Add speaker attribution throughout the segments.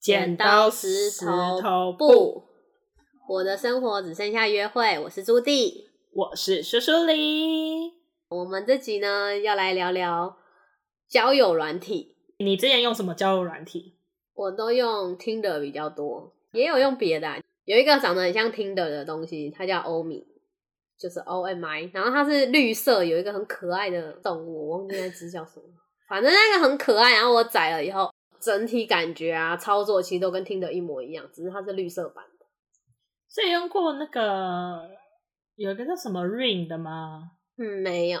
Speaker 1: 剪刀石头布。
Speaker 2: 我的生活只剩下约会。我是朱棣，
Speaker 1: 我是叔叔林。
Speaker 2: 我们这集呢要来聊聊交友软体。
Speaker 1: 你之前用什么交友软体？
Speaker 2: 我都用 Tinder 比较多，也有用别的啊、有一个长得很像 Tinder 的东西，它叫欧米，就是 O M I，然后它是绿色，有一个很可爱的动物，我忘记那只叫什么，反正那个很可爱。然后我载了以后，整体感觉啊，操作其实都跟 Tinder 一模一样，只是它是绿色版的。
Speaker 1: 之前用过那个有一个叫什么 Ring 的吗？
Speaker 2: 嗯，没有，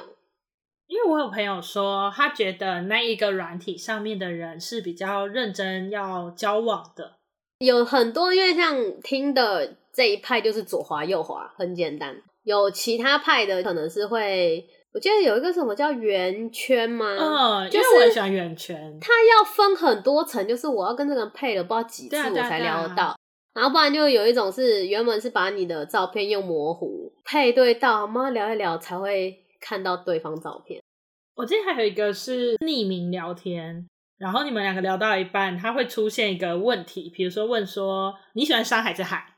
Speaker 1: 因为我有朋友说，他觉得那一个软体上面的人是比较认真要交往的。
Speaker 2: 有很多，因为像听的这一派就是左滑右滑，很简单。有其他派的可能是会，我记得有一个什么叫圆圈吗？
Speaker 1: 嗯，
Speaker 2: 就
Speaker 1: 因为我很喜
Speaker 2: 是
Speaker 1: 欢圆圈。
Speaker 2: 它要分很多层，就是我要跟这个人配了不知道几次
Speaker 1: 对啊
Speaker 2: 我
Speaker 1: 对啊
Speaker 2: 才
Speaker 1: 对啊
Speaker 2: 聊得到。然后不然就有一种是原本是把你的照片用模糊配对到，妈聊一聊才会看到对方照片。
Speaker 1: 我记得还有一个是匿名聊天，然后你们两个聊到一半，它会出现一个问题，比如说问说你喜欢山还是海，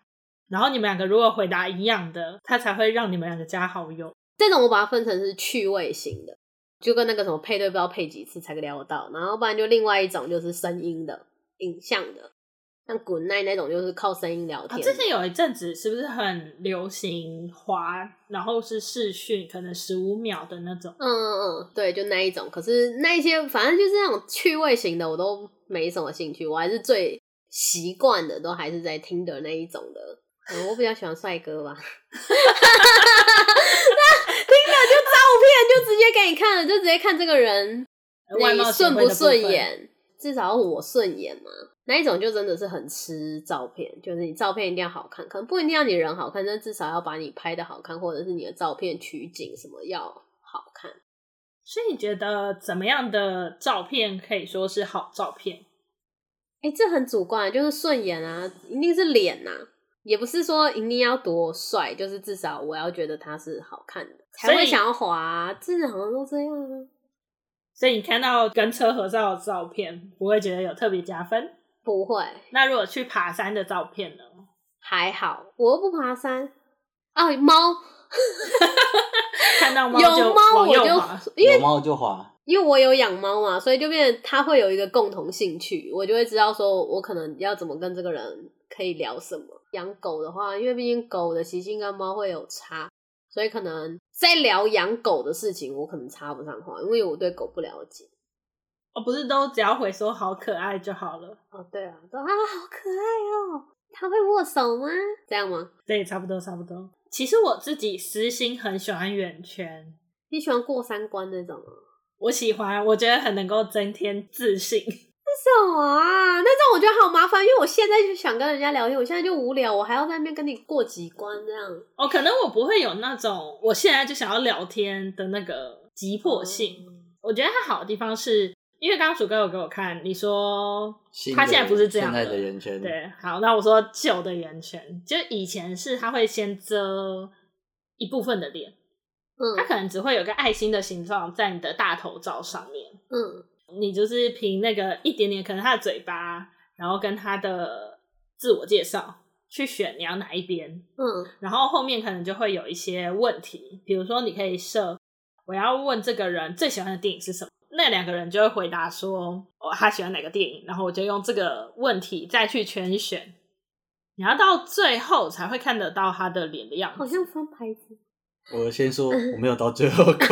Speaker 1: 然后你们两个如果回答一样的，它才会让你们两个加好友。
Speaker 2: 这种我把它分成是趣味型的，就跟那个什么配对不知道配几次才聊得到，然后不然就另外一种就是声音的、影像的，像滚奈那种就是靠声音聊
Speaker 1: 啊，
Speaker 2: 天。
Speaker 1: 之前有一阵子是不是很流行滑，然后是视讯，可能十五秒的那种。
Speaker 2: 嗯嗯嗯，对，就那一种。可是那一些反正就是那种趣味型的，我都没什么兴趣，我还是最习惯的都还是在听的那一种的。嗯，我比较喜欢帅哥吧。 那听的就照片就直接给你看了，就直接看这个人
Speaker 1: 外貌
Speaker 2: 你
Speaker 1: 协
Speaker 2: 顺
Speaker 1: 会
Speaker 2: 不
Speaker 1: 的部
Speaker 2: 顺
Speaker 1: 分？
Speaker 2: 眼，至少我顺眼嘛。那一种就真的是很吃照片，就是你照片一定要好看，可能不一定要你人好看，但至少要把你拍的好看，或者是你的照片取景什么要好看。
Speaker 1: 所以你觉得怎么样的照片可以说是好照片？
Speaker 2: 哎、这很主观，就是顺眼啊，一定是脸呐、也不是说一定要多帅，就是至少我要觉得他是好看的，才
Speaker 1: 所
Speaker 2: 会
Speaker 1: 以
Speaker 2: 想要滑、啊。真的好像都这样啊，
Speaker 1: 所以你看到跟车合照的照片，不会觉得有特别加分。
Speaker 2: 不会，
Speaker 1: 那如果去爬山的照片 呢？
Speaker 2: 还好，我又不爬山。啊，猫
Speaker 1: 看到猫
Speaker 2: 有
Speaker 1: 就
Speaker 2: 猫
Speaker 1: 往
Speaker 2: 我
Speaker 1: 右
Speaker 2: 就
Speaker 1: 滑，
Speaker 2: 因为
Speaker 3: 有猫就滑，
Speaker 2: 因为我有养猫嘛，所以就变成它会有一个共同兴趣，我就会知道说我可能要怎么跟这个人可以聊什么。养狗的话，因为毕竟狗的习性跟猫会有差，所以可能在聊养狗的事情，我可能插不上话，因为我对狗不了解。
Speaker 1: 哦，不是都只要回说好可爱就好了。
Speaker 2: 哦，对啊，说啊，好可爱哦，它会握手吗？这样吗？
Speaker 1: 对，差不多差不多。其实我自己私心很喜欢圆圈，
Speaker 2: 你喜欢过三关那种吗？
Speaker 1: 我喜欢，我觉得很能够增添自信。
Speaker 2: 什么啊？那种我觉得好麻烦，因为我现在就想跟人家聊天，我现在就无聊，我还要在那边跟你过几关这样。
Speaker 1: 哦，可能我不会有那种我现在就想要聊天的那个急迫
Speaker 2: 哦
Speaker 1: 性。我觉得它好的地方是，因为刚刚鼠哥有给我看，你说
Speaker 3: 新的
Speaker 1: 他现在不是这样
Speaker 3: 现在的
Speaker 1: 了
Speaker 3: 圆圈，，
Speaker 1: 对，好，那我说旧的圆圈，就以前是他会先遮一部分的脸，
Speaker 2: 嗯，
Speaker 1: 它可能只会有个爱心的形状在你的大头照上面，
Speaker 2: 嗯。
Speaker 1: 你就是凭那个一点点，可能他的嘴巴，然后跟他的自我介绍去选你要哪一边，
Speaker 2: 嗯
Speaker 1: 然后后面可能就会有一些问题，比如说你可以设我要问这个人最喜欢的电影是什么，那两个人就会回答说哦他喜欢哪个电影，然后我就用这个问题再去圈选，你要到最后才会看得到他的脸的样，
Speaker 2: 好
Speaker 1: 子。
Speaker 2: 像翻牌子。
Speaker 3: 我先说我没有到 最后过，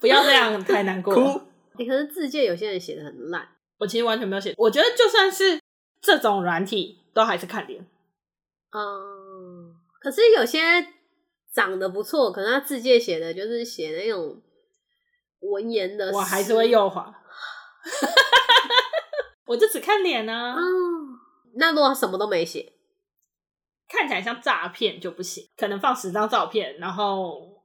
Speaker 1: 不要这 样太难过。
Speaker 3: 哭，
Speaker 2: 你、欸可是字界有些人写的很烂，
Speaker 1: 我其实完全没有写，我觉得就算是这种软体，都还是看脸。哦
Speaker 2: 嗯，可是有些长得不错，可是他字界写的就是写那种文言的诗，
Speaker 1: 我还是会右滑，
Speaker 2: 呃
Speaker 1: 我就只看脸啊
Speaker 2: 哦。，那如果什么都没写，
Speaker 1: 看起来像诈骗就不行，可能放十张照片，然后
Speaker 2: 嗯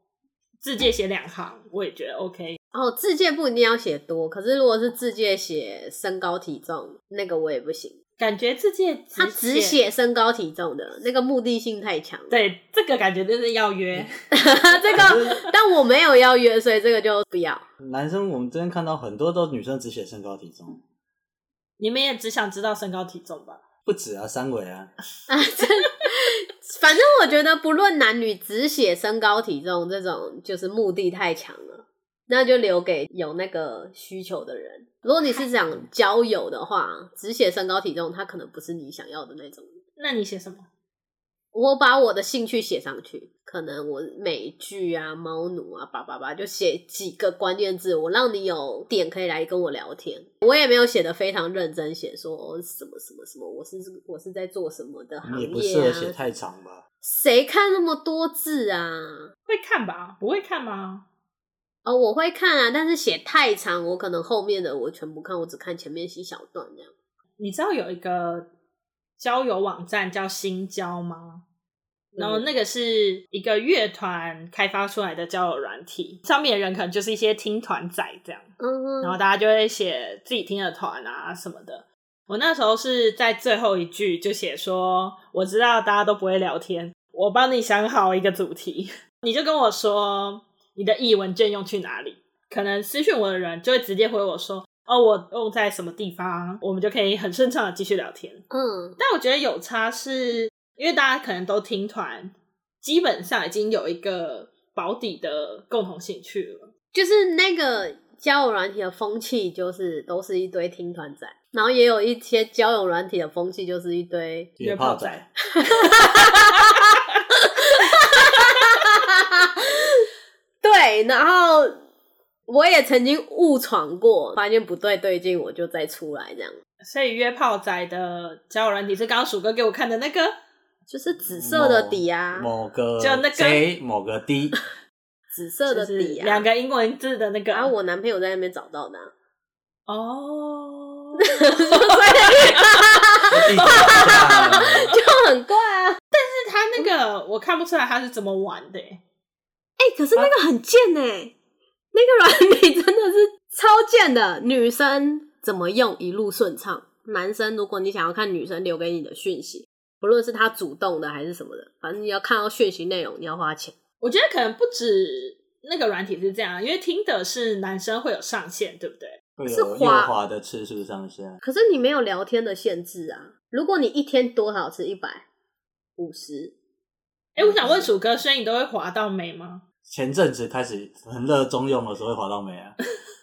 Speaker 1: 字界写两行，我也觉得 OK。
Speaker 2: 哦，字界不一定要写多，可是如果是字界写身高体重，那个我也不行。
Speaker 1: 感觉字界只
Speaker 2: 他只写身高体重的那个目的性太 强了，
Speaker 1: 对这个感觉就是要
Speaker 2: 嗯
Speaker 1: 约，
Speaker 2: 这个，但我没有要约，所以这个就不要。
Speaker 3: 男生我们这边看到很多都女生只写身高体重，
Speaker 1: 你们也只想知道身高体重吧？
Speaker 3: 不止啊，三围啊，
Speaker 2: 反正我觉得不论男女，只写身高体重这种就是目的太强了，那就留给有那个需求的人。如果你是想交友的话，只写身高体重，它可能不是你想要的那种。
Speaker 1: 那你写什么？
Speaker 2: 我把我的兴趣写上去，可能我美剧啊、猫奴啊、叭叭叭，就写几个关键字，我让你有点可以来跟我聊天。我也没有写的非常认真，写说、哦、什么什么什么，我是我是在做什么的行
Speaker 3: 你也不适
Speaker 2: 业
Speaker 3: 合写
Speaker 2: 啊？
Speaker 3: 太长吧？
Speaker 2: 谁看那么多字啊？
Speaker 1: 会看吧？不会看吗？
Speaker 2: 哦，我会看啊，但是写太长，我可能后面的我全不看，我只看前面一小段这样。
Speaker 1: 你知道有一个交友网站叫新交吗？然
Speaker 2: 嗯
Speaker 1: 后那个是一个乐团开发出来的交友软体，上面的人可能就是一些听团仔这样，
Speaker 2: 嗯，
Speaker 1: 然后大家就会写自己听的团啊什么的。我那时候是在最后一句就写说，我知道大家都不会聊天，我帮你想好一个主题，你就跟我说你的译文件用去哪里。可能私讯我的人就会直接回我说，哦，我用在什么地方，我们就可以很顺畅的继续聊天。
Speaker 2: 嗯
Speaker 1: 但我觉得有差是，因为大家可能都听团，基本上已经有一个保底的共同兴趣了。
Speaker 2: 就是那个交友软体的风气，就是都是一堆听团仔，然后也有一些交友软体的风气，就是一堆
Speaker 1: 约
Speaker 3: 约
Speaker 1: 炮
Speaker 3: 炮
Speaker 1: 仔
Speaker 3: 仔，
Speaker 2: 对，然后我也曾经误闯过，发现不对对劲，我就再出来这样，
Speaker 1: 所以约炮仔的交友软体是刚刚鼠哥给我看的那个，
Speaker 2: 就是紫色的底啊，
Speaker 3: 某个
Speaker 1: 就那个
Speaker 3: J 某个 D，
Speaker 2: 紫色的
Speaker 1: 就是
Speaker 2: 底啊，
Speaker 1: 两个英文字的那个。
Speaker 2: 然后我男朋友在那边找到的、啊，
Speaker 1: 哦，
Speaker 3: 地址
Speaker 2: 就很怪啊。
Speaker 1: 但是他那个我看不出来他是怎么玩的耶，欸
Speaker 2: 哎、可是那个很贱哎、那个软体真的是超贱的。女生怎么用一路顺畅？男生，如果你想要看女生留给你的讯息，不论是他主动的还是什么的，反正你要看到讯息内容，你要花钱。
Speaker 1: 我觉得可能不止那个软体是这样，啊因为听的是男生会有上限，对不
Speaker 2: 嗯
Speaker 1: 对？
Speaker 3: 会
Speaker 2: 是
Speaker 3: 有
Speaker 2: 花
Speaker 3: 右滑的次数上下，
Speaker 2: 可是你没有聊天的限制啊。如果你一天多少次？一百五十？
Speaker 1: 哎、我想问鼠哥，所以你都会滑到美吗？
Speaker 3: 前阵子开始很热衷用的时候会滑到没 啊？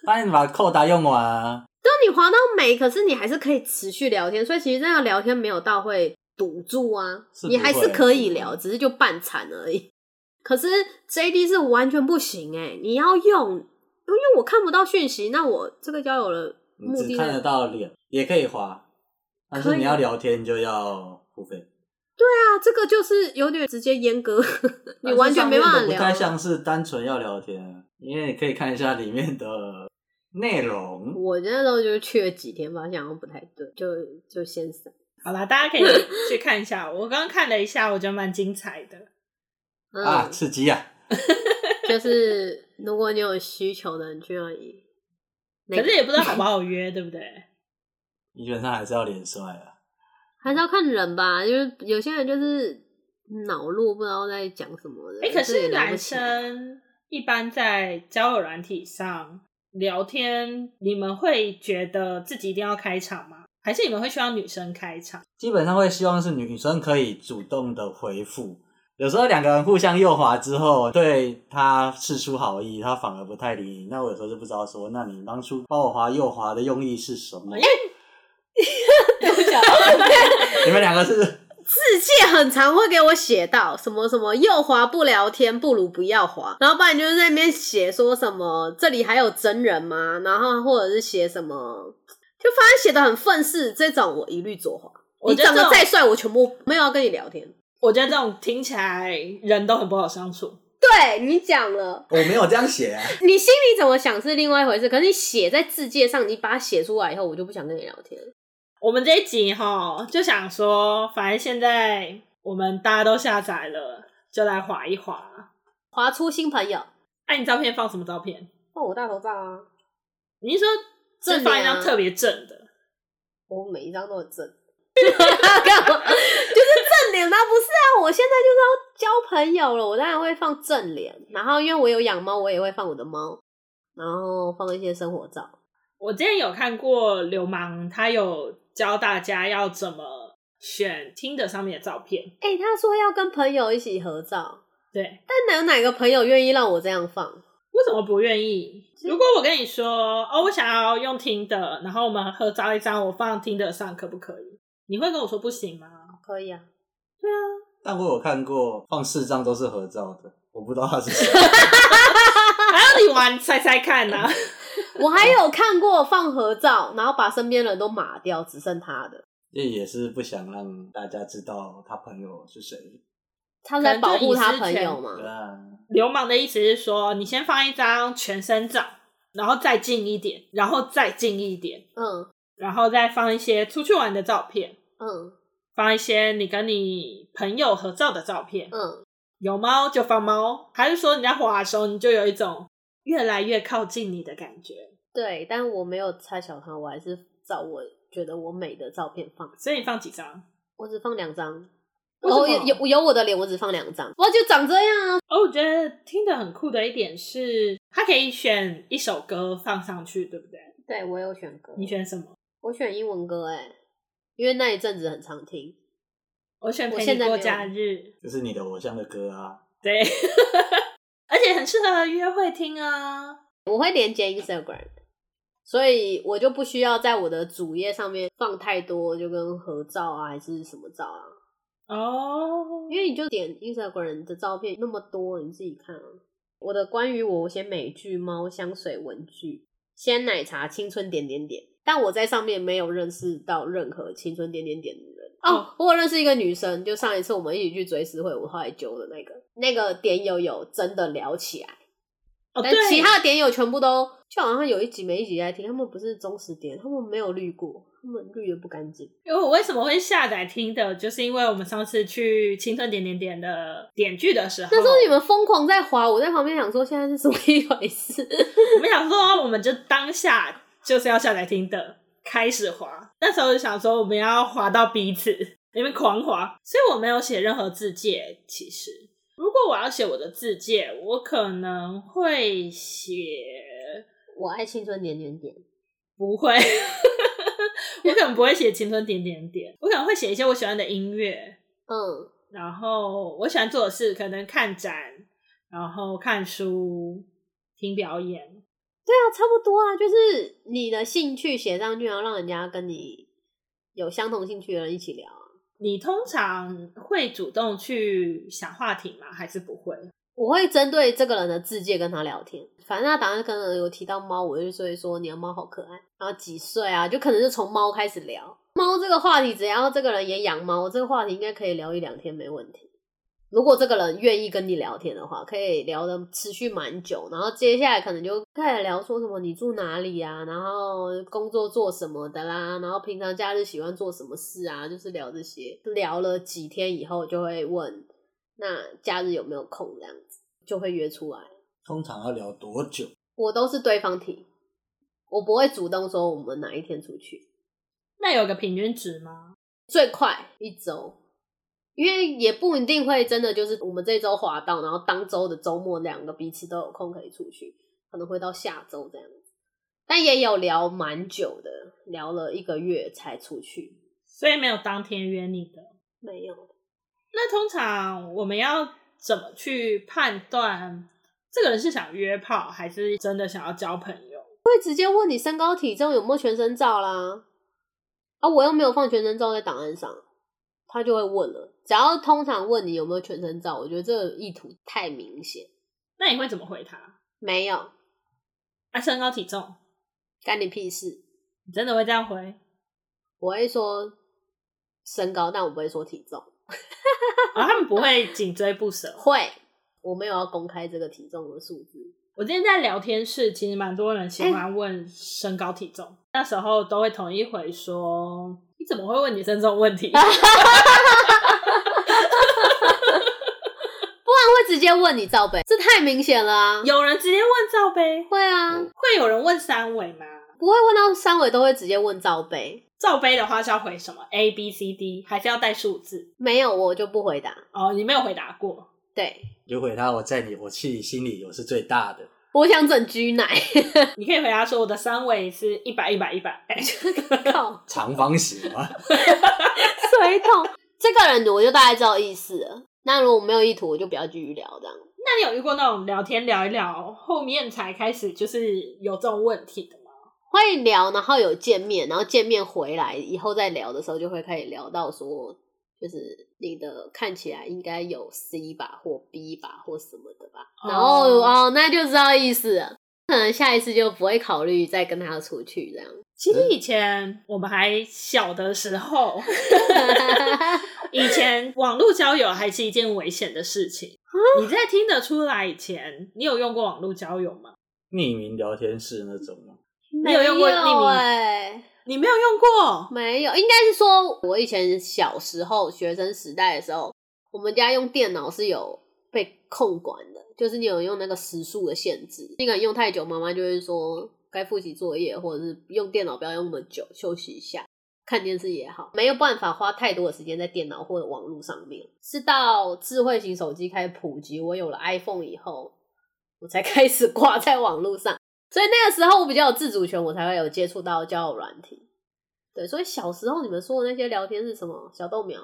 Speaker 3: 当然你把扣打用完啊，
Speaker 2: 那你滑到没？可是你还是可以持续聊天，所以其实这样聊天没有到会堵住啊，
Speaker 3: 是不
Speaker 2: 你
Speaker 3: 会
Speaker 2: 还是可以聊，只是就半残而已。可是 JD 是完全不行哎、你要用，因为我看不到讯息，那我这个交友的
Speaker 3: 你
Speaker 2: 目的
Speaker 3: 只看得到脸，也可以滑，但
Speaker 2: 可
Speaker 3: 是
Speaker 2: 以
Speaker 3: 你要聊天就要付费。
Speaker 2: 啊，这个就是有点直接阉割， 你
Speaker 3: 但是
Speaker 2: 完全没办法
Speaker 3: 上面的
Speaker 2: 聊
Speaker 3: 不太
Speaker 2: 啊。
Speaker 3: 像是单纯要聊天，啊因为你可以看一下里面的内容。
Speaker 2: 我那时候就去了几天，发现好像不太对，就就先删。
Speaker 1: 好啦，大家 可以去看一下。我刚刚看了一下，我觉得蛮精彩的。
Speaker 2: 嗯，
Speaker 3: 啊，刺激啊！
Speaker 2: 就是如果你有需求的，你去那里。那
Speaker 1: 可
Speaker 2: 个
Speaker 1: 是也不知道好不好约，对不对？
Speaker 3: 基本上还是要脸帅啊。
Speaker 2: 还是要看人吧，就是有些人就是脑路不知道在讲什么的。
Speaker 1: 哎、可
Speaker 2: 这也
Speaker 1: 是
Speaker 2: 聊不
Speaker 1: 男
Speaker 2: 起 来
Speaker 1: 生一般在交友软体上聊天，你们会觉得自己一定要开场吗？还是你们会需要女生开场？
Speaker 3: 基本上会希望是女生可以主动的回复。有时候两个人互相右滑之后，对他示出好意，他反而不太理你。那我有时候就不知道说，那你当初帮我滑右滑的用意是什么？
Speaker 2: 哎
Speaker 3: 你们两个是
Speaker 2: 世界很常会给我写到什么什么又滑不聊天，不如不要滑。然后不然就是在那边写说什么这里还有真人吗？然后或者是写什么，就发现写的很愤世，这种我一律左滑。
Speaker 1: 我
Speaker 2: 你
Speaker 1: 觉得
Speaker 2: 长
Speaker 1: 这
Speaker 2: 得
Speaker 1: 种，
Speaker 2: 再帅，我全部没有要跟你聊天。
Speaker 1: 我觉得这种听起来人都很不好相处。
Speaker 2: 对你讲了，
Speaker 3: 我没有这样写、啊，
Speaker 2: 你心里怎么想是另外一回事，可是你写在字界上，你把它写出来以后，我就不想跟你聊天了。
Speaker 1: 我们这一集哈，就想说，反正现在我们大家都下载了，就来划一划。
Speaker 2: 划出新朋友。
Speaker 1: 哎、你照片放什么照片？
Speaker 2: 放我大头照啊，
Speaker 1: 你是说这
Speaker 2: 正
Speaker 1: 放一
Speaker 2: 脸啊
Speaker 1: 张特别正的，
Speaker 2: 我每一张都很 正。干嘛？就是正脸吗？不是啊，我现在就是要交朋友了，我当然会放正脸。然后因为我有养猫，我也会放我的猫，然后放一些生活照。
Speaker 1: 我之前有看过流氓，他有教大家要怎么选 Tinder 上面的照片。
Speaker 2: 哎、他说要跟朋友一起合照，
Speaker 1: 对，
Speaker 2: 但有哪个朋友愿意让我这样放？
Speaker 1: 为什么不愿意？如果我跟你说，哦，我想要用 Tinder，然后我们合照一张，我放 Tinder 上，可不可以？你会跟我说不行吗？
Speaker 2: 可以啊，
Speaker 3: 但我有看过放四张都是合照的，我不知道他是谁。
Speaker 1: 还要你玩猜猜看呐、
Speaker 2: 我还有看过放合照，然后把身边人都码掉，只剩他的，
Speaker 3: 这也是不想让大家知道他朋友是谁。
Speaker 2: 他是在保护他朋友嘛
Speaker 3: 对？啊，
Speaker 1: 流氓的意思是说，你先放一张全身照，然后再近一点，然后再近一点，
Speaker 2: 嗯
Speaker 1: 然后再放一些出去玩的照片，
Speaker 2: 嗯
Speaker 1: 放一些你跟你朋友合照的照片。
Speaker 2: 嗯，
Speaker 1: 有猫就放猫，还是说你在滑的时候，你就有一种越来越靠近你的感觉？
Speaker 2: 对，但我没有拆小他，我还是照我觉得我美的照片放，
Speaker 1: 所以你放几张？
Speaker 2: 我只放两张。
Speaker 1: 为什么
Speaker 2: 哦，有有有我的脸，我只放两张，我就长这样啊。
Speaker 1: 哦，我觉得听得很酷的一点是，它可以选一首歌放上去，对不对？
Speaker 2: 对我有选歌，
Speaker 1: 你选什么？
Speaker 2: 我选英文歌哎、因为那一阵子很常听。
Speaker 1: 我选
Speaker 2: 我
Speaker 1: 陪
Speaker 2: 现
Speaker 1: 你
Speaker 2: 在
Speaker 1: 过
Speaker 2: 没有
Speaker 1: 假日，
Speaker 3: 这是你的偶像的歌啊，
Speaker 1: 对， 而且很适合约会听啊。
Speaker 2: 我会连接 Instagram，所以我就不需要在我的主页上面放太多，就跟合照啊还是什么照啊，
Speaker 1: 哦，
Speaker 2: 因为你就点 Instagram 的照片那么多，你自己看啊。我的关于我，我写美剧、猫香水、文具、鲜奶茶、青春点点点，但我在上面没有认识到任何青春点点点的人。哦，我有认识一个女生，就上一次我们一起去追思会，我后来揪的那个，那个点友有真的聊起来。
Speaker 1: 哦，
Speaker 2: 但
Speaker 1: 对，
Speaker 2: 哎其他的点友全部都，就好像有一集没一集在听，他们不是忠实点，他们没有滤过，他们滤的不干净。
Speaker 1: 因为我为什么会下载听的，就是因为我们上次去青春点点点的点剧的时候，
Speaker 2: 那时候你们疯狂在滑，我在旁边想说现在是怎么一回事？
Speaker 1: 我们想说，我们就当下就是要下载听的，开始滑。那时候就想说，我们要滑到彼此，你们狂滑，所以我没有写任何字界。其实，如果我要写我的字界，我可能会写
Speaker 2: 我爱青春点点点，
Speaker 1: 不会， 我可能不会写青春点点点，我可能会写一些我喜欢的音乐，
Speaker 2: 嗯，
Speaker 1: 然后我喜欢做的事，可能看展，然后看书、听表演。
Speaker 2: 对啊，差不多啊，就是你的兴趣写上去，然后让人家跟你有相同兴趣的人一起聊啊。
Speaker 1: 你通常会主动去想话题吗？还是不会？
Speaker 2: 我会针对这个人的字界跟他聊天，反正他打算可能有提到猫，我就所以说你的猫好可爱，然后几岁啊，就可能就从猫开始聊。猫这个话题，只要这个人也养猫，这个话题应该可以聊一两天没问题。如果这个人愿意跟你聊天的话，可以聊的持续蛮久，然后接下来可能就开始聊说什么你住哪里啊，然后工作做什么的啦，然后平常假日喜欢做什么事啊，就是聊这些。聊了几天以后，就会问那假日有没有空这样子，就会约出来。
Speaker 3: 通常要聊多久？
Speaker 2: 我都是对方提，我不会主动说我们哪一天出去，
Speaker 1: 那有个平均值吗？
Speaker 2: 最快一周，因为也不一定会真的就是我们这周滑到，然后当周的周末两个彼此都有空可以出去，可能会到下周这样子，但也有聊蛮久的，聊了一个月才出去，
Speaker 1: 所以没有当天约你的。
Speaker 2: 没有。
Speaker 1: 那通常我们要怎么去判断这个人是想约炮，还是真的想要交朋友？
Speaker 2: 会直接问你身高体重有没有全身照啦。啊，我又没有放全身照在档案上，他就会问了。只要通常问你有没有全身照，我觉得这个意图太明显。
Speaker 1: 那你会怎么回他？
Speaker 2: 没有，
Speaker 1: 啊，身高体重，
Speaker 2: 干你屁事！
Speaker 1: 你真的会这样回？
Speaker 2: 我会说身高，但我不会说体重。
Speaker 1: 啊，他们不会紧追不舍。
Speaker 2: 会，我没有要公开这个体重的数字。
Speaker 1: 我今天在聊天室，其实蛮多人喜欢问身高体重，那时候都会统一回说：“你怎么会问女生这种问题？”
Speaker 2: 他会直接问你罩杯，这太明显了啊！
Speaker 1: 有人直接问罩杯，
Speaker 2: 会啊，
Speaker 1: 会有人问三围吗？
Speaker 2: 不会问到三围都会直接问罩杯。
Speaker 1: 罩杯的话是要回什么？A B C D，还是要带数字？
Speaker 2: 没有，我就不回答。
Speaker 1: 哦，你没有回答过。
Speaker 2: 对，
Speaker 3: 就回他我在你我气里心里我是最大的，
Speaker 2: 我想整居奶，
Speaker 1: 你可以回答说我的三围是一百一百一百，
Speaker 2: 靠，
Speaker 3: 长方形嘛，
Speaker 2: 水桶。这个人我就大概知道意思了。那如果没有意图，我就不要继续聊这样。
Speaker 1: 那你有遇过那种聊天聊一聊，后面才开始就是有这种问题的吗？
Speaker 2: 会聊，然后有见面，然后见面回来以后再聊的时候，就会开始聊到说，就是你的看起来应该有 C 吧，或 B 吧，或什么的吧。然后
Speaker 1: 哦
Speaker 2: 哦那就知道意思了。可能下一次就不会考虑再跟他出 去这样。
Speaker 1: 其实以前我们还小的时候，以前网络交友还是一件危险的事情。你在听得出来以前，你有用过网络交友吗？
Speaker 3: 匿名聊天室那种嘛。
Speaker 1: 你有用过匿名
Speaker 2: 哎，
Speaker 1: 你没有用过，
Speaker 2: 没有，应该是说我以前小时候学生时代的时候，我们家用电脑是有被控管的，就是你有用那个时数的限制，那个用太久，妈妈就会说该复习作业，或者是用电脑不要用那么久，休息一下。看电视也好，没有办法花太多的时间在电脑或者网络上面。是到智慧型手机开始普及，我有了 iPhone 以后，我才 开始挂在网络上。所以那个时候我比较有自主权，我才会有接触到交友软体。对，所以小时候你们说的那些聊天是什么小豆苗，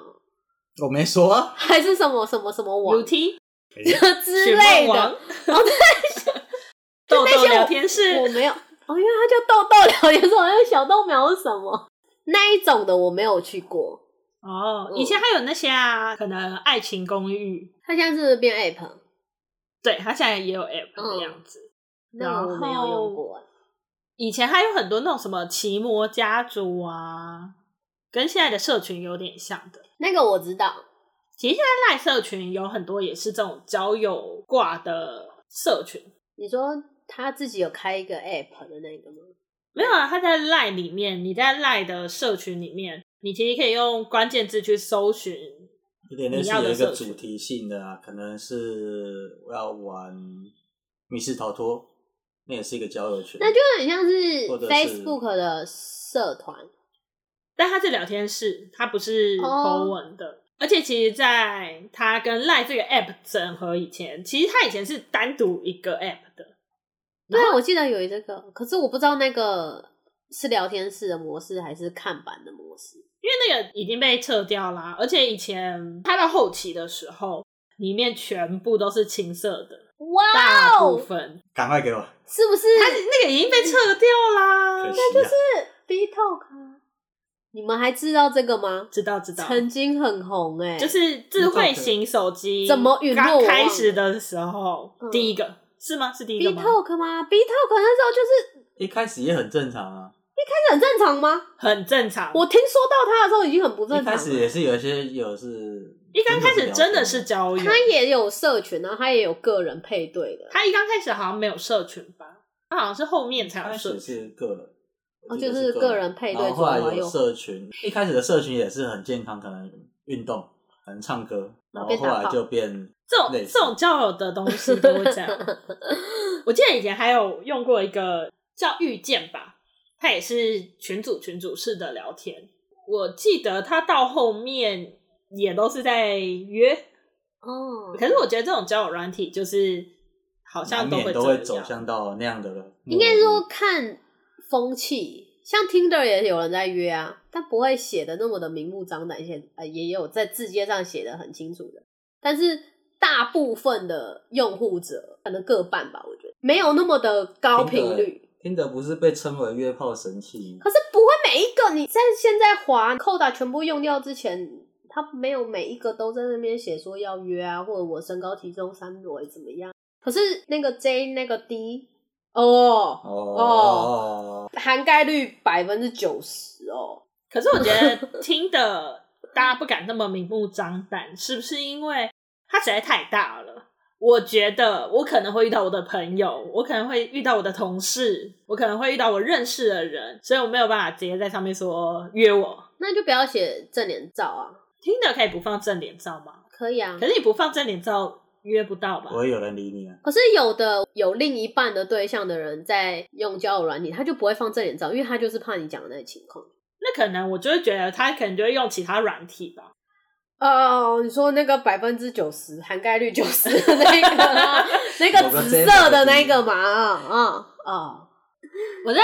Speaker 3: 我没说啊，
Speaker 2: 还是什么什么什么网
Speaker 1: 有听
Speaker 2: 之类的？，
Speaker 1: 哦对， 豆豆聊天
Speaker 2: 我
Speaker 1: 室，
Speaker 2: 没有，哦，因为它叫豆豆聊天室，我还有小豆苗是什么那一种的，我没有去过。
Speaker 1: 哦，以前还有那些啊，可能爱情公寓，
Speaker 2: 它现在是不是变 app，
Speaker 1: 对，它现在也有 app 的样子。
Speaker 2: 嗯那我没有用过、欸。
Speaker 1: 以前还有很多那种什么奇摩家族啊，跟现在的社群有点像的。
Speaker 2: 那个我知道，
Speaker 1: 其实现在赖社群有很多也是这种交友挂的社群，
Speaker 2: 你说他自己有开一个 app 的那个吗？
Speaker 1: 没有啊，它在赖里面，你在赖的社群里面，你其实可以用关键字去搜寻。
Speaker 3: 有点类
Speaker 1: 你
Speaker 3: 似
Speaker 1: 要的
Speaker 3: 有一个
Speaker 1: 社群
Speaker 3: 主题性的啊，可能是我要玩密室逃脱，那也是一个交友群。
Speaker 2: 那就很像是
Speaker 3: 或者是
Speaker 2: Facebook 的社团，
Speaker 1: 但它是聊天室，它不是
Speaker 2: 哦
Speaker 1: Po 文的。而且其实，在它跟赖这个 app 整合以前，其实它以前是单独一个 app 的。
Speaker 2: 对
Speaker 1: 然
Speaker 2: 啊，我记得有这个，可是我不知道那个是聊天室的模式还是看板的模式。
Speaker 1: 因为那个已经被撤掉啦，而且以前它到后期的时候，里面全部都是青色的，
Speaker 2: 哇
Speaker 1: 大部
Speaker 2: 哦，
Speaker 1: 分
Speaker 3: 赶快给我，
Speaker 1: 啊
Speaker 2: 是不是
Speaker 1: 它那个已经被撤掉啦。
Speaker 3: 可惜啊，
Speaker 2: B Talk？啊你们还知道这个吗？
Speaker 1: 知道知道，
Speaker 2: 曾经很红哎、
Speaker 1: 就是智慧型手机
Speaker 2: 怎么陨落
Speaker 1: 刚
Speaker 2: 我忘了
Speaker 1: 开始的时候
Speaker 2: 嗯，
Speaker 1: 第一个是吗？是第一
Speaker 2: B
Speaker 1: 个吗？
Speaker 2: Talk 吗？B Talk 那时候就是
Speaker 3: 一开始也很正常啊，
Speaker 2: 这很正常吗？
Speaker 1: 很正常。
Speaker 2: 我听说到他的时候已经很不
Speaker 3: 一
Speaker 2: 正常
Speaker 3: 开始也
Speaker 2: 了。
Speaker 3: 是有一些有是，
Speaker 1: 啊一刚开始真的是
Speaker 3: 聊天
Speaker 1: 交友
Speaker 2: 他，也有社群，然后他也有个人配对的，
Speaker 1: 他一刚开始好像没有社群吧？他好像是后面才
Speaker 3: 开
Speaker 1: 有社
Speaker 3: 始
Speaker 1: 群。
Speaker 3: 是个人。
Speaker 2: 哦
Speaker 3: 我记得
Speaker 2: 就是个
Speaker 3: 个
Speaker 2: 人配对
Speaker 3: 然后后来
Speaker 2: 左右
Speaker 3: 有社群，一开始的社群也是很健康，可能运动，可能唱歌，
Speaker 2: 然
Speaker 3: 然
Speaker 2: 后
Speaker 3: 后
Speaker 2: 变
Speaker 3: 后
Speaker 2: 打
Speaker 3: 来就变
Speaker 1: 这种
Speaker 3: 类似
Speaker 1: 这种交友的东西都会这样。 我记得以前还有用过一个叫遇见吧，它也是群主群主式的聊天。我记得它到后面也都是在约，
Speaker 2: 哦。
Speaker 1: 可是我觉得这种交友软体就是好像
Speaker 3: 难
Speaker 1: 都
Speaker 3: 免
Speaker 1: 会
Speaker 3: 都
Speaker 1: 这
Speaker 3: 会
Speaker 1: 样
Speaker 3: 走向到那样的嗯了。
Speaker 2: 应该是说看风气，像 Tinder 也有人在约啊，但不会写的那么的明目张胆，写呃也有在字节上写的很清楚的，但是大部分的用户者可能各半吧，我觉得没有那么的高频率。
Speaker 3: 听的不是被称为约炮神器吗
Speaker 2: 可？是不会每一个你在现在滑扣打全部用掉之前，他没有每一个都在那边写说要约啊，或者我身高体重三围怎么样。可是那个 J 那个 D 哦，
Speaker 3: 哦，
Speaker 2: 涵盖率百分之九十哦。
Speaker 1: 可是我觉得听的 大家不敢那么明目张胆，是不是因为它实在太大了？我觉得我可能会遇到我的朋友，我可能会遇到我的同事，我可能会遇到我认识的人，所以我没有办法直接在上面说约我。
Speaker 2: 那就不要写正脸照啊，
Speaker 1: 听的可以不放正脸照吗？
Speaker 2: 可以啊
Speaker 1: 可。是你不放正脸照约不到吧
Speaker 3: 不？会有人理你啊。
Speaker 2: 可是有的有另一半的对象的人在用交友软体，他就不会放正脸照，因为他就是怕你讲的那个情况。
Speaker 1: 那可能我就会觉得他可能就会用其他软体吧。
Speaker 2: 哦哦哦，你说那个百分之九十涵盖率九十的那 个啊，那个紫色的那个嘛，啊啊啊！
Speaker 1: 我在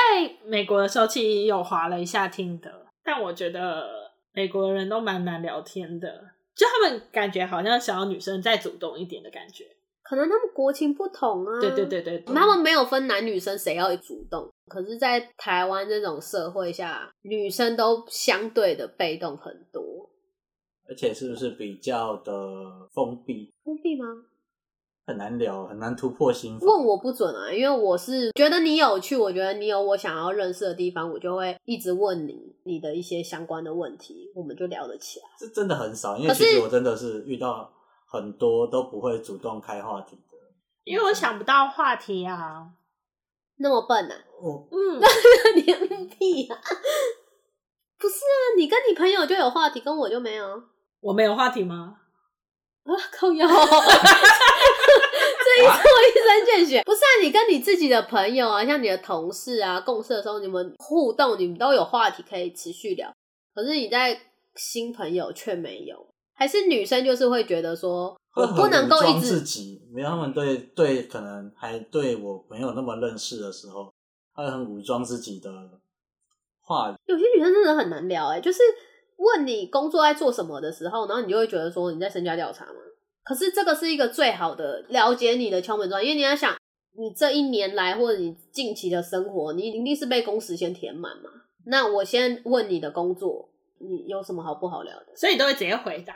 Speaker 1: 美国的时候，其实有划了一下听的，但我觉得美国人都蛮难聊天的，就他们感觉好像想要女生再主动一点的感觉。
Speaker 2: 可能他们国情不同啊。
Speaker 1: 对对对对，对
Speaker 2: 他们没有分男女生谁要主动，可是，在台湾这种社会下，女生都相对的被动很多。
Speaker 3: 而且是不是比较的封闭，
Speaker 2: 封闭吗？
Speaker 3: 很难聊，很难突破心防。
Speaker 2: 问我不准啊，因为我是觉得你有趣，我觉得你有我想要认识的地方，我就会一直问你你的一些相关的问题，我们就聊得起来。
Speaker 3: 这真的很少，因
Speaker 2: 可
Speaker 3: 为
Speaker 2: 是
Speaker 3: 其实我真的是遇到很多都不会主动开话题的，
Speaker 1: 因为我想不到话题啊。
Speaker 2: 那么笨啊？
Speaker 3: 我
Speaker 1: 嗯，
Speaker 2: 你屁啊！ 不是啊，你跟你朋友就有话题，跟我就没有啊，
Speaker 1: 我没有话题吗？
Speaker 2: 靠腰。 这一次我一针见血。不是啊，你跟你自己的朋友啊，像你的同事啊，共事的时候，你们互动，你们都有话题可以持续聊。可是你在新朋友却没有，还是女生就是会觉得说，我
Speaker 3: 会很
Speaker 2: 不能够
Speaker 3: 武装
Speaker 2: 一
Speaker 3: 自
Speaker 2: 直
Speaker 3: 己，没有他们对对可能还对我没有那么认识的时候，他会很武装自己的话语。
Speaker 2: 有些女生真的很难聊哎、就是问你工作在做什么的时候，然后你就会觉得说你在身家调查嘛。可是这个是一个最好的了解你的敲门砖，因为你要想你这一年来或者你近期的生活，你一定是被工时先填满嘛。那我先问你的工作，你有什么好不好聊的？
Speaker 1: 所以你都会直接回答。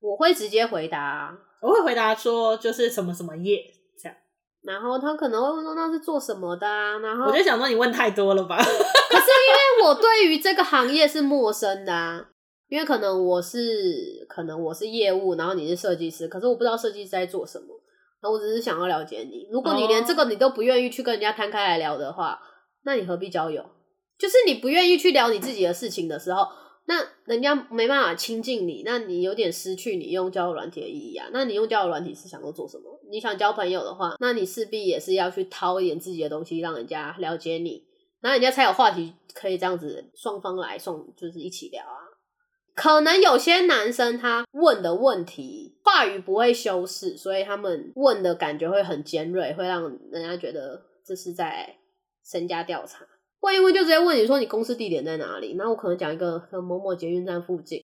Speaker 2: 我会直接回答啊、
Speaker 1: 我会回答说就是什么什么业这样。
Speaker 2: 然后他可能会问说那是做什么的啊，然后
Speaker 1: 我就想说你问太多了吧？
Speaker 2: 可是因为我对于这个行业是陌生的啊，因为可能我是可能我是业务，然后你是设计师，可是我不知道设计师在做什么，然后我只是想要了解你。如果你连这个你都不愿意去跟人家摊开来聊的话，那你何必交友？就是你不愿意去聊你自己的事情的时候，那人家没办法亲近你，那你有点失去你用交友软体的意义啊。那你用交友软体是想要做什么？你想交朋友的话，那你势必也是要去掏一点自己的东西，让人家了解你，然后人家才有话题可以这样子双方来送，就是一起聊啊。可能有些男生他问的问题话语不会修饰，所以他们问的感觉会很尖锐，会让人家觉得这是在身家调查。问一问就直接问你说你公司地点在哪里，然后我可能讲一个可能某某捷运站附近，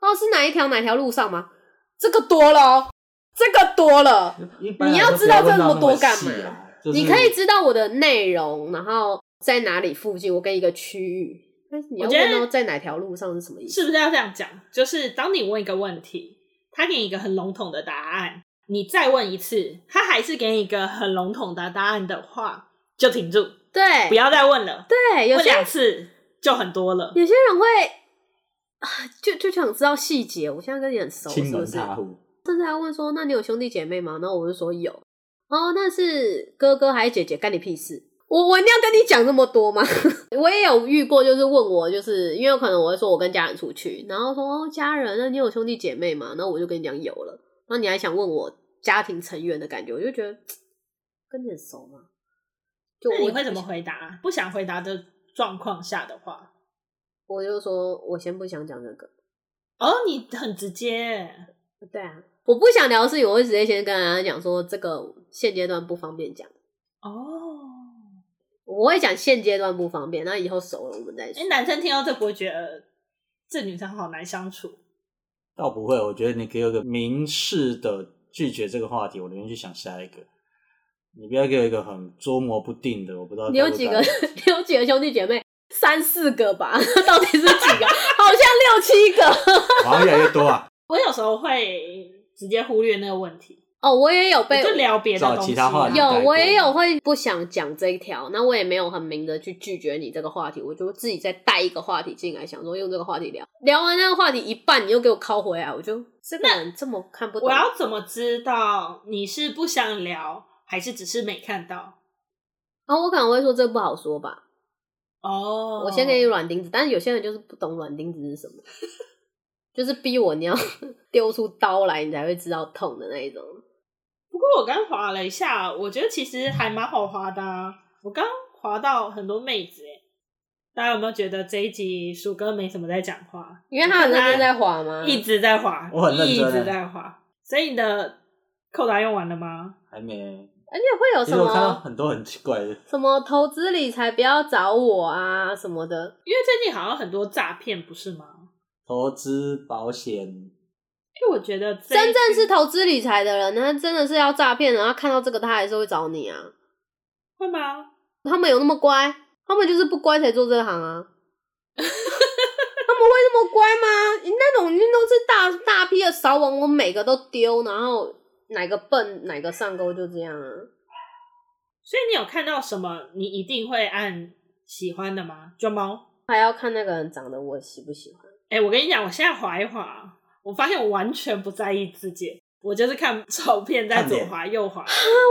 Speaker 2: 哦是哪一条哪条路上吗？这个多了哦，这个多了。
Speaker 3: 一般
Speaker 2: 你
Speaker 3: 来
Speaker 2: 要
Speaker 3: 说
Speaker 2: 知
Speaker 3: 不
Speaker 2: 道这
Speaker 3: 问到
Speaker 2: 么
Speaker 3: 那
Speaker 2: 多干
Speaker 3: 细
Speaker 2: 嘛
Speaker 3: 啊就是
Speaker 2: 你可以知道我的内容，然后在哪里附近，我跟一个区域。但是你要
Speaker 1: 我觉得
Speaker 2: 问到在哪条路上是什么意思？
Speaker 1: 是不是要这样讲？就是当你问一个问题，他给你一个很笼统的答案，你再问一次，他还是给你一个很笼统的答案的话，就停住，
Speaker 2: 对，
Speaker 1: 不要再问了。
Speaker 2: 对，有
Speaker 1: 问
Speaker 2: 些
Speaker 1: 两次就很多了。
Speaker 2: 有些人会啊，就就想知道细节。我现在跟你很熟，是
Speaker 3: 亲
Speaker 2: 不
Speaker 3: 门
Speaker 2: 是？
Speaker 3: 踏户，
Speaker 2: 甚至还问说：“那你有兄弟姐妹吗？”然后我就说有。哦，那是哥哥还是姐姐？干你屁事！我我一定要跟你讲这么多吗？ 我也有遇过，就是问我，就是因为有可能我会说我跟家人出去，然后说、哦、家人，那你有兄弟姐妹吗？那我就跟你讲有了。那你还想问我家庭成员的感觉，我就觉得嘖跟你很熟吗？就
Speaker 1: 那
Speaker 2: 我
Speaker 1: 你会怎么？回答？不想回答的状况下的话，
Speaker 2: 我就说我先不想讲这个。
Speaker 1: 哦，你很直接。
Speaker 2: 对啊，我不想聊的事情，我会直接先跟大家讲说这个现阶段不方便讲。
Speaker 1: 哦，
Speaker 2: 我会讲现阶段不方便，那以后熟了我们再
Speaker 1: 哎、
Speaker 2: 说。
Speaker 1: 男生听到这不会觉得这女生好难相处？
Speaker 3: 倒不会，我觉得你给我一个明示的拒绝这个话题，我宁愿去想下一个。你不要给我一个很捉摸不定的，我不知道
Speaker 2: 你有
Speaker 3: 该不
Speaker 2: 几
Speaker 3: 该
Speaker 2: 个？ 你有几个兄弟姐妹？三四个吧， 到底是几个？好像六七个。
Speaker 3: 好像越来越多啊！
Speaker 1: 我有时候会直接忽略那个问题，
Speaker 2: 哦，我也有
Speaker 1: 我
Speaker 2: 被
Speaker 1: 就聊别的
Speaker 3: 找
Speaker 1: 东西啊。
Speaker 3: 其他话题
Speaker 2: 有
Speaker 3: 带过
Speaker 2: 我也有会不想讲这一条，那我也没有很明的去拒绝你这个话题，我就自己再带一个话题进来，想说用这个话题聊。聊完那个话题一半，你又给我拷回来，我就这个人这么看不懂。
Speaker 1: 我要怎么知道你是不想聊，还是只是没看到？
Speaker 2: 然后我可能会说这不好说吧，
Speaker 1: 哦，
Speaker 2: 我先给你软钉子，但是有些人就是不懂软钉子是什么， 就是逼我你要丢出刀来，你才会知道痛的那一种。
Speaker 1: 不过我刚划了一下，我觉得其实还蛮好划的、啊。我刚划到很多妹子、欸，大家有没有觉得这一集鼠哥没什么在讲话？
Speaker 2: 因为他很认真在滑嘛，
Speaker 1: 一直在滑，
Speaker 3: 嗯我很认
Speaker 1: 一
Speaker 3: 真
Speaker 1: 直
Speaker 3: 欸
Speaker 1: 在滑。所以你的扣打用完了吗？
Speaker 3: 还没。
Speaker 2: 而且会有
Speaker 3: 其
Speaker 2: 什
Speaker 3: 实我看到
Speaker 2: 么
Speaker 3: 很多很奇怪的，
Speaker 2: 什么投资理财不要找我啊什么的，
Speaker 1: 因为最近好像很多诈骗，不是吗？
Speaker 3: 投资保险，
Speaker 1: 因为我觉得这一
Speaker 2: 真正
Speaker 1: 群
Speaker 2: 是投资理财的人，他真的是要诈骗，然后看到这个他还是会找你啊。
Speaker 1: 会吗？
Speaker 2: 他们有那么乖？他们就是不乖才做这行啊。 他们会那么乖吗？那种一定都是大大批的扫网，我每个都丢，然后哪个笨哪个上钩，就这样啊。
Speaker 1: 所以你有看到什么你一定会按喜欢的吗？卷毛，
Speaker 2: 还要看那个人长得我喜不喜欢。
Speaker 1: 哎、我跟你讲，我现在滑一滑，我发现我完全不在意字节，我就是看照片在
Speaker 3: 看
Speaker 1: 左
Speaker 3: 脸
Speaker 1: 滑右滑。
Speaker 2: 啊，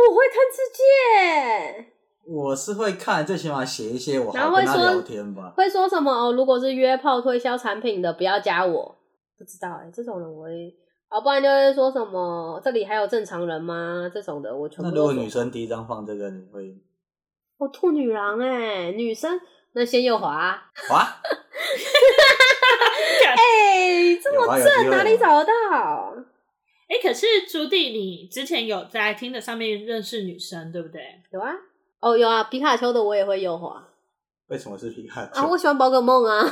Speaker 2: 我会看字界，
Speaker 3: 我是会看，最起码写一些我
Speaker 2: 然
Speaker 3: 好
Speaker 2: 后会
Speaker 3: 跟他
Speaker 2: 说
Speaker 3: 聊天吧。
Speaker 2: 会说什么哦？如果是约炮推销产品的，不要加我。不知道哎、这种人我会，哦，不然就会说什么这里还有正常人吗？这种的我全部
Speaker 3: 那
Speaker 2: 都
Speaker 3: 如果
Speaker 2: 走
Speaker 3: 女生第一张放这个，你会
Speaker 2: 我哦兔女郎哎、女生那先右滑啊，
Speaker 3: 哇？
Speaker 2: 哎、这
Speaker 3: 有
Speaker 2: 么
Speaker 3: 啊有机
Speaker 2: 正
Speaker 3: 会
Speaker 2: 哪里
Speaker 3: 啊
Speaker 2: 找得到？
Speaker 1: 哎、可是朱棣，你之前有在听的上面认识女生，对不对？
Speaker 2: 有啊，哦有啊，皮卡丘的我也会右滑
Speaker 3: 为什么是皮卡
Speaker 2: 啊，
Speaker 3: 丘？
Speaker 2: 我喜欢宝可梦啊，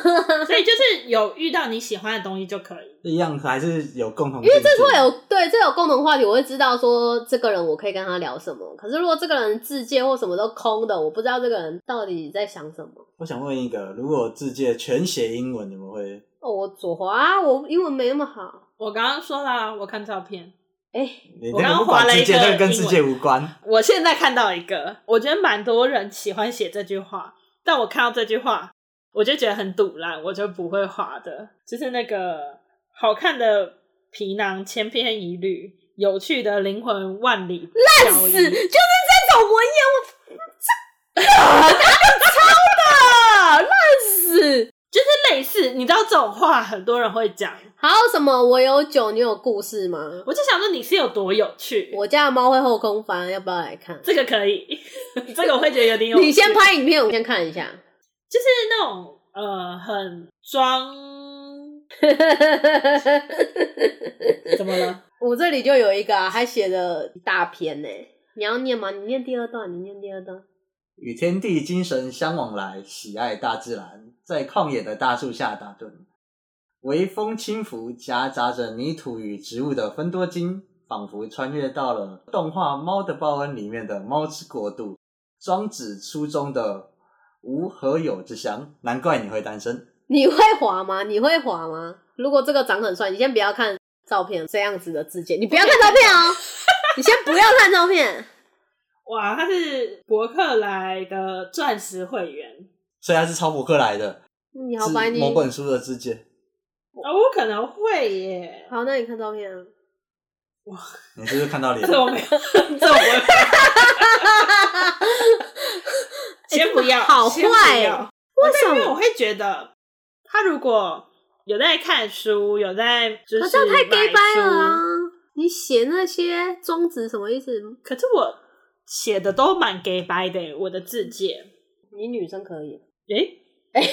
Speaker 1: 所以就是有遇到你喜欢的东西就可以。
Speaker 3: 一样还是有共同，
Speaker 2: 因为这会有对这有共同话题，我会知道说这个人我可以跟他聊什么。可是如果这个人自介或什么都空的，我不知道这个人到底在想什么。
Speaker 3: 我想问一个，如果字界全写英文，你们会？
Speaker 2: 哦，我左滑啊，我英文没那么好。
Speaker 1: 我刚刚说啦，我看照片，
Speaker 2: 哎、
Speaker 3: 你
Speaker 1: 我刚
Speaker 3: 那
Speaker 1: 刚
Speaker 3: 个不
Speaker 1: 划
Speaker 3: 管
Speaker 1: 了一
Speaker 3: 字界，
Speaker 1: 个
Speaker 3: 那个跟字界
Speaker 1: 英
Speaker 3: 无关。
Speaker 1: 我现在看到一个，我觉得蛮多人喜欢写这句话，但我看到这句话，我就觉得很堵烂，我就不会画的。就是那个好看的皮囊千篇一律，有趣的灵魂万里烂
Speaker 2: 是就是这种文言，我 这哪里抄的？烂死！
Speaker 1: 就是类似，你知道这种话很多人会讲，
Speaker 2: 还有什么？我有酒，你有故事吗？
Speaker 1: 我就想说你是有多有趣，
Speaker 2: 我家的猫会后空翻，要不要来看？
Speaker 1: 这个可以，这个我会觉得有点有趣。
Speaker 2: 你先拍影片，我先看一下。
Speaker 1: 就是那种呃很装，怎么了？
Speaker 2: 我这里就有一个、啊，还写了一大篇呢、你要念吗？你念第二段，你念第二段。
Speaker 3: 与天地精神相往来，喜爱大自然，在旷野的大树下打盹，微风轻拂，夹杂着泥土与植物的分多精，仿佛穿越到了动画《猫的报恩》里面的猫之国度，庄子书中的无何有之乡。难怪你会单身。
Speaker 2: 你会滑吗？你会滑吗？如果这个长很帅，你先不要看照片这样子的字节，你不要看照片 哦、你先不要看照片。
Speaker 1: 哇，他是博客来的钻石会员，
Speaker 3: 所以他是抄博客来的，
Speaker 2: 你好，白
Speaker 3: 是
Speaker 2: 你
Speaker 3: 某本书的 字界。
Speaker 1: 啊、我可能会耶，
Speaker 2: 好，那你看照片啊。
Speaker 3: 你是不是看到脸
Speaker 1: 但？是我 没有，这我没有先不要，
Speaker 2: 欸好
Speaker 1: 先不
Speaker 2: 坏
Speaker 1: 要
Speaker 2: 哦
Speaker 1: 我
Speaker 2: 为什
Speaker 1: 对因为
Speaker 2: 么
Speaker 1: 我会觉得他如果有在看书，有在就是
Speaker 2: 可这样太 gay 掰了啊
Speaker 1: 买书！
Speaker 2: 你写那些宗旨什么意思？
Speaker 1: 可是我写的都蛮 gay 掰的耶，我的字界。
Speaker 2: 你女生可以，
Speaker 1: 诶、
Speaker 2: 嗯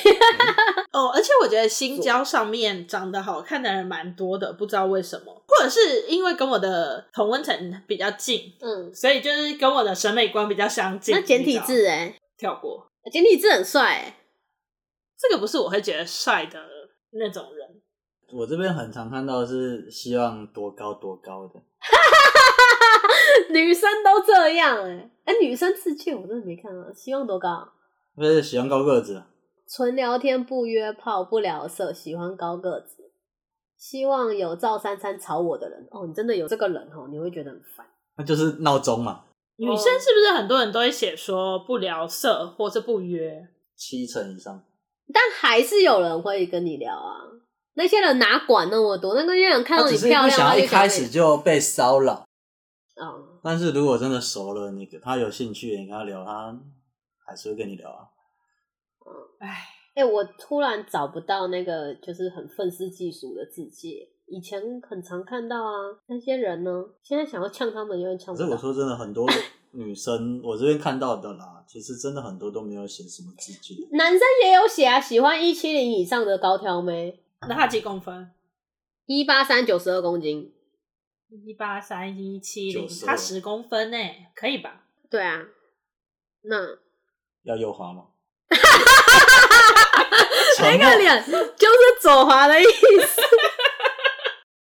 Speaker 1: 哦，而且我觉得新交上面长得好看的人蛮多的，不知道为什么，或者是因为跟我的同温层比较近，
Speaker 2: 嗯，
Speaker 1: 所以就是跟我的审美观比较相近。
Speaker 2: 那简体
Speaker 1: 你知道
Speaker 2: 字哎、
Speaker 1: 跳过，
Speaker 2: 简体字很帅、欸，
Speaker 1: 这个不是我会觉得帅的那种人。
Speaker 3: 我这边很常看到的是希望多高多高的，
Speaker 2: 女生都这样哎、欸，哎、女生自荐我真的没看到，希望多高？
Speaker 3: 不是喜欢高个子。啊
Speaker 2: 纯聊天不约炮不聊色，喜欢高个子，希望有赵珊珊吵我的人哦，你真的有这个人哦，你会觉得很烦。
Speaker 3: 那就是闹钟嘛，
Speaker 1: 女生
Speaker 2: 哦
Speaker 1: 是不是很多人都会写说不聊色或是不约？
Speaker 3: 七成以上。
Speaker 2: 但还是有人会跟你聊啊，那些人哪管那么多？那些人看到
Speaker 3: 他
Speaker 2: 你
Speaker 3: 啊只是不
Speaker 2: 漂亮，
Speaker 3: 想要
Speaker 2: 他
Speaker 3: 一
Speaker 2: 就
Speaker 3: 开
Speaker 2: 想
Speaker 3: 始
Speaker 2: 你
Speaker 3: 就被骚扰，
Speaker 2: 哦，
Speaker 3: 但是如果真的熟了，你跟他有兴趣，你跟他聊，他还是会跟你聊啊。
Speaker 1: 哎，
Speaker 2: 哎、我突然找不到那个就是很愤世嫉俗的字界，以前很常看到啊，那些人呢，现在想要呛他们，永远呛不
Speaker 3: 可是我
Speaker 2: 到。
Speaker 3: 说真的，很多女生我这边看到的啦，其实真的很多都没有写什么字据。
Speaker 2: 男生也有写啊，喜欢一七零以上的高挑妹，
Speaker 1: 那他几公分？
Speaker 2: 一八三九十二公斤。
Speaker 1: 一八三一七零，
Speaker 3: 92
Speaker 1: 他十公分呢，可以吧？
Speaker 2: 对啊，那
Speaker 3: 要右滑吗？
Speaker 2: 那
Speaker 3: 沉默
Speaker 2: 个脸就是左滑的意思。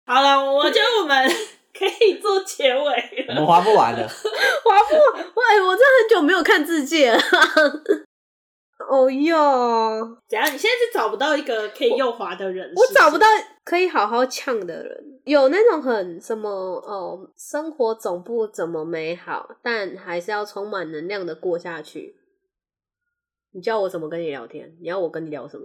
Speaker 1: 好了，我觉得我们 可以做结尾
Speaker 3: 我
Speaker 1: 了。
Speaker 3: 们滑不完的。
Speaker 2: 滑不喂，我真的很久没有看自介了。 哦哟。
Speaker 1: 怎样？你现在是找不到一个可以右滑的人？
Speaker 2: 我
Speaker 1: 是是
Speaker 2: 找不到可以好好呛的人，有那种很什么哦，生活总不怎么美好，但还是要充满能量的过下去。你叫我怎么跟你聊天？你要我跟你聊什么？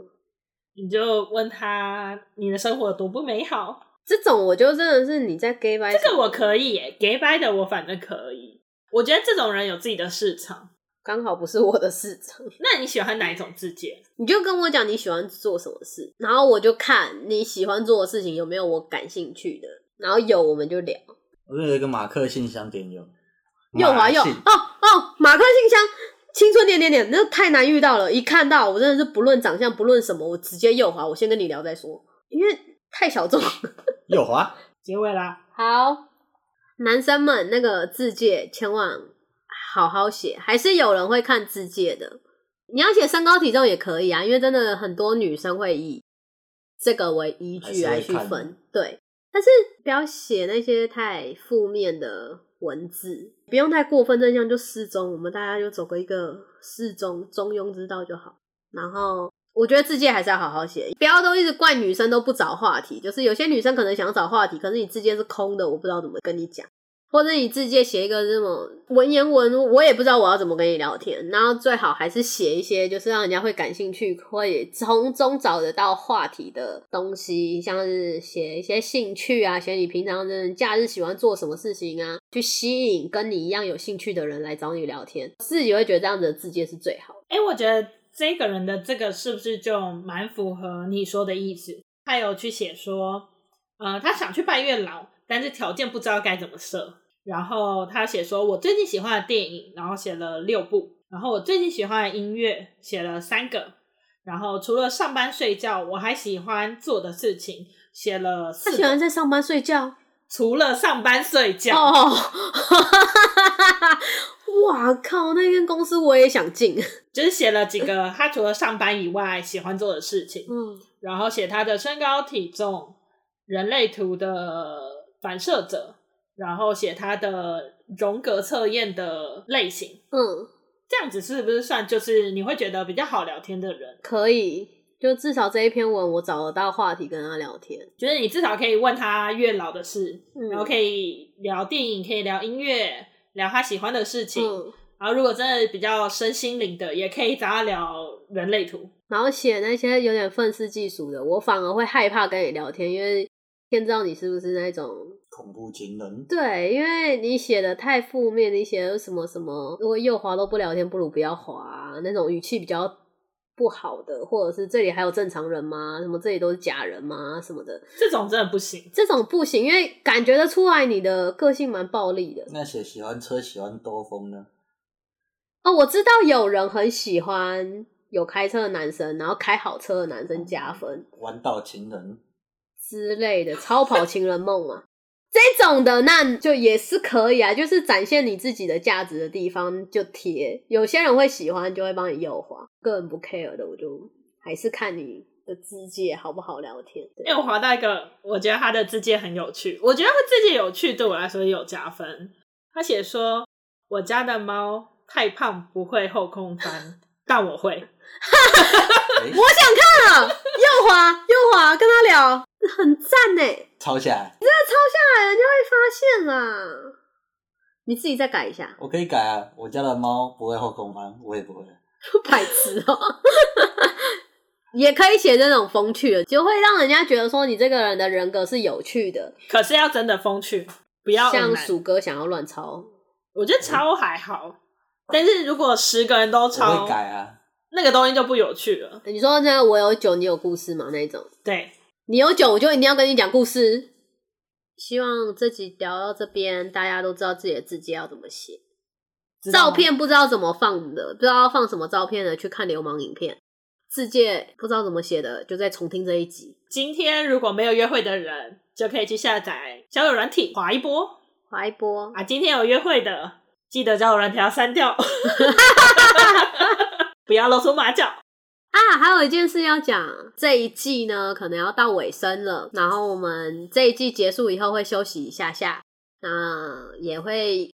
Speaker 1: 你就问他你的生活有多不美好。
Speaker 2: 这种我就真的是你在 gay 拜。
Speaker 1: 这个我可以耶，给掰的我反正可以。我觉得这种人有自己的市场。
Speaker 2: 刚好不是我的市场，
Speaker 1: 那你喜欢哪一种自介？
Speaker 2: 你就跟我讲你喜欢做什么事，然后我就看你喜欢做的事情有没有我感兴趣的，然后有我们就聊。
Speaker 3: 我这有一个马克信箱点 右，
Speaker 2: 又滑又
Speaker 3: 马信
Speaker 2: 哦哦，马克信箱青春点点点，那太难遇到了。一看到我真的是不论长相不论什么，我直接右滑，我先跟你聊再说，因为太小众。
Speaker 3: 右滑，
Speaker 1: 结尾啦，
Speaker 2: 好，男生们那个字界千万好好写，还是有人会看字界的。你要写身高体重也可以啊，因为真的很多女生会以这个为依据来
Speaker 3: 还是
Speaker 2: 去
Speaker 3: 会看
Speaker 2: 分，对。但是不要写那些太负面的文字，不用太过分，这样就适中。我们大家就走个一个适中中庸之道就好。然后我觉得字界还是要好好写，不要都一直怪女生都不找话题。就是有些女生可能想找话题，可是你字界是空的，我不知道怎么跟你讲。或者你字界写一个这么文言文，我也不知道我要怎么跟你聊天。然后最好还是写一些就是让人家会感兴趣，或者从中找得到话题的东西，像是写一些兴趣啊，写你平常的假日喜欢做什么事情啊，去吸引跟你一样有兴趣的人来找你聊天。自己会觉得这样子的字界是最好的。
Speaker 1: 哎、我觉得这个人的这个是不是就蛮符合你说的意思？他有去写说，呃，他想去拜月老，但是条件不知道该怎么设。然后他写说，我最近喜欢的电影，然后写了六部。然后我最近喜欢的音乐写了三个。然后除了上班睡觉，我还喜欢做的事情写了
Speaker 2: 他
Speaker 1: 四
Speaker 2: 喜欢
Speaker 1: 个。
Speaker 2: 在上班睡觉
Speaker 1: 除了上班睡觉，
Speaker 2: 哦， 哇靠！那间公司我也想进，
Speaker 1: 就是写了几个他除了上班以外喜欢做的事情。
Speaker 2: 嗯，
Speaker 1: 然后写他的身高、体重、人类图的反射者，然后写他的荣格测验的类型。
Speaker 2: 嗯，
Speaker 1: 这样子是不是算就是你会觉得比较好聊天的人？
Speaker 2: 可以，就至少这一篇文我找得到话题跟他聊天。
Speaker 1: 就是你至少可以问他月老的事，
Speaker 2: 嗯
Speaker 1: 然后可以聊电影，可以聊音乐，聊他喜欢的事情。
Speaker 2: 嗯，
Speaker 1: 然后如果真的比较身心灵的，也可以找他聊人类图。
Speaker 2: 然后写那些有点愤世嫉俗的，我反而会害怕跟你聊天，因为天知道你是不是那种
Speaker 3: 恐怖情人，
Speaker 2: 对，因为你写的太负面，你写的什么什么，如果右滑都不聊天，不如不要滑、啊那种语气比较不好的，或者是这里还有正常人吗？什么这里都是假人吗？什么的，
Speaker 1: 这种真的不行。
Speaker 2: 这种不行，因为感觉得出来你的个性蛮暴力的。
Speaker 3: 那些喜欢车、喜欢兜风呢？
Speaker 2: 哦，我知道有人很喜欢有开车的男生，然后开好车的男生加分
Speaker 3: 弯道 情人，
Speaker 2: 之类的，超跑情人梦嘛。 这种的那就也是可以啊，就是展现你自己的价值的地方就贴。有些人会喜欢，就会帮你右滑。个人不 care 的，我就还是看你的字界好不好聊天。对
Speaker 1: 因为我滑到一个，我觉得他的字界很有趣，我觉得他字界有趣对我来说也有加分。他写说，我家的猫太胖不会后空翻，但我会。
Speaker 3: 诶
Speaker 2: 我想看了，右滑右滑，跟他聊，很赞欸呢。
Speaker 3: 抄下来，
Speaker 2: 哎，人家会发现啊啦。你自己再改一 下，
Speaker 3: 我可以改啊。我家的猫不会后空翻，我也不会。
Speaker 2: 白痴哦、 也可以写这种风趣的，就会让人家觉得说你这个人的人格是有趣的，
Speaker 1: 可是要真的风趣，不要恶
Speaker 2: 像
Speaker 1: 男
Speaker 2: 鼠哥想要乱抄，
Speaker 1: 我觉得抄还好，但是如果十个人都
Speaker 3: 我
Speaker 1: 抄
Speaker 3: 会，改啊。
Speaker 1: 那个东西就不有趣了。
Speaker 2: 你说这我有酒，你有故事吗？那一种，
Speaker 1: 对，
Speaker 2: 你有酒，我就一定要跟你讲故事。希望这集聊到这边，大家都知道自己的字迹要怎么写。
Speaker 1: 知道
Speaker 2: 照
Speaker 1: 吗
Speaker 2: 片不知道怎么放的，不知道放什么照片的，去看流氓影片。字界不知道怎么写的，就再重听这一集，
Speaker 1: 今天如果没有约会的人，就可以去下载交友软体划一波
Speaker 2: 划一波。
Speaker 1: 啊。今天有约会的，记得交友软体要删掉，不要露出马脚。
Speaker 2: 啊，还有一件事要讲，这一季呢可能要到尾声了，然后我们这一季结束以后会休息一下下，那也会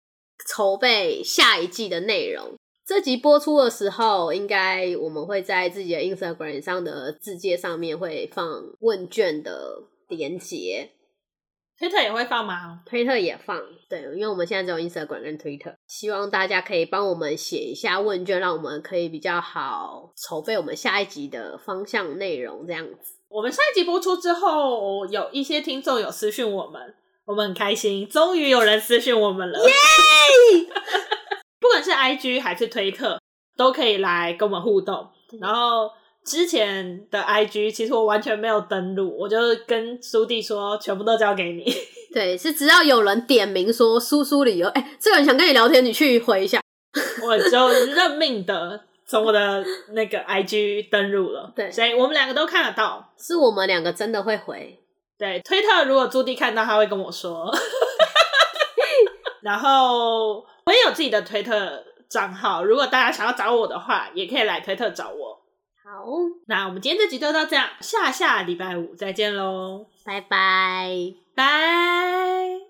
Speaker 2: 筹备下一季的内容。这集播出的时候，应该我们会在自己的 Instagram 上的字界上面会放问卷的连结，
Speaker 1: 推特也会放吗？
Speaker 2: 推特也放。对，因为我们现在只有 Instagram 跟推特，希望大家可以帮我们写一下问卷，让我们可以比较好筹备我们下一集的方向内容这样子。
Speaker 1: 我们上一集播出之后，有一些听众有私讯我们，我们很开心，终于有人私讯我们了。耶！ 不管是 IG 还是推特，都可以来跟我们互动。然后之前的 IG 其实我完全没有登录，我就跟苏弟说，全部都交给你。
Speaker 2: 对，是只要有人点名说叔叔理由，哎、这个人想跟你聊天，你去回一下。
Speaker 1: 我就认命的从我的那个 IG 登入了。
Speaker 2: 对
Speaker 1: 所以我们两个都看得到。
Speaker 2: 是我们两个真的会回，
Speaker 1: 对，推特如果朱棣看到，他会跟我说。然后我也有自己的推特账号，如果大家想要找我的话，也可以来推特找我。
Speaker 2: 好，
Speaker 1: 那我们今天这集就到这样，下下礼拜五再见喽，
Speaker 2: 拜拜。
Speaker 1: 拜。